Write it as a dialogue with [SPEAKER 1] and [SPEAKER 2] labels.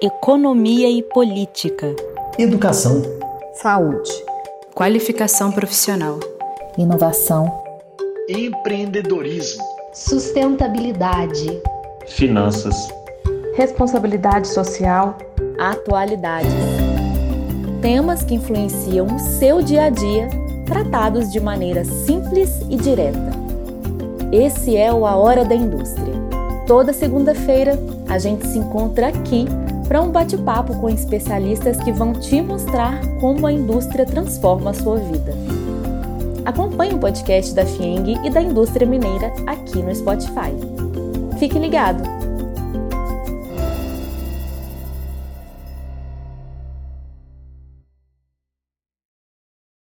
[SPEAKER 1] Economia e política.
[SPEAKER 2] Educação.
[SPEAKER 3] Saúde.
[SPEAKER 4] Qualificação profissional.
[SPEAKER 5] Inovação.
[SPEAKER 6] Empreendedorismo.
[SPEAKER 7] Sustentabilidade.
[SPEAKER 8] Finanças.
[SPEAKER 9] Responsabilidade social.
[SPEAKER 10] Atualidades. Temas que influenciam o seu dia a dia, tratados de maneira simples e direta. Esse é o A Hora da Indústria. Toda segunda-feira, a gente se encontra aqui para um bate-papo com especialistas que vão te mostrar como a indústria transforma a sua vida. Acompanhe o podcast da FIENG e da indústria mineira aqui no Spotify. Fique ligado!